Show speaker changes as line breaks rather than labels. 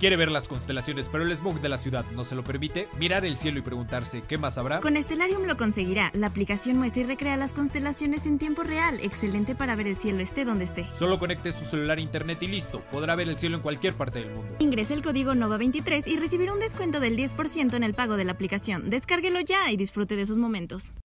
Quiere ver las constelaciones, pero el smog de la ciudad no se lo permite. Mirar el cielo y preguntarse qué más habrá.
Con Stellarium lo conseguirá. La aplicación muestra y recrea las constelaciones en tiempo real. Excelente para ver el cielo esté donde esté.
Solo conecte su celular a internet y listo. Podrá ver el cielo en cualquier parte del mundo.
Ingrese el código NOVA23 y recibirá un descuento del 10% en el pago de la aplicación. Descárguelo ya y disfrute de sus momentos.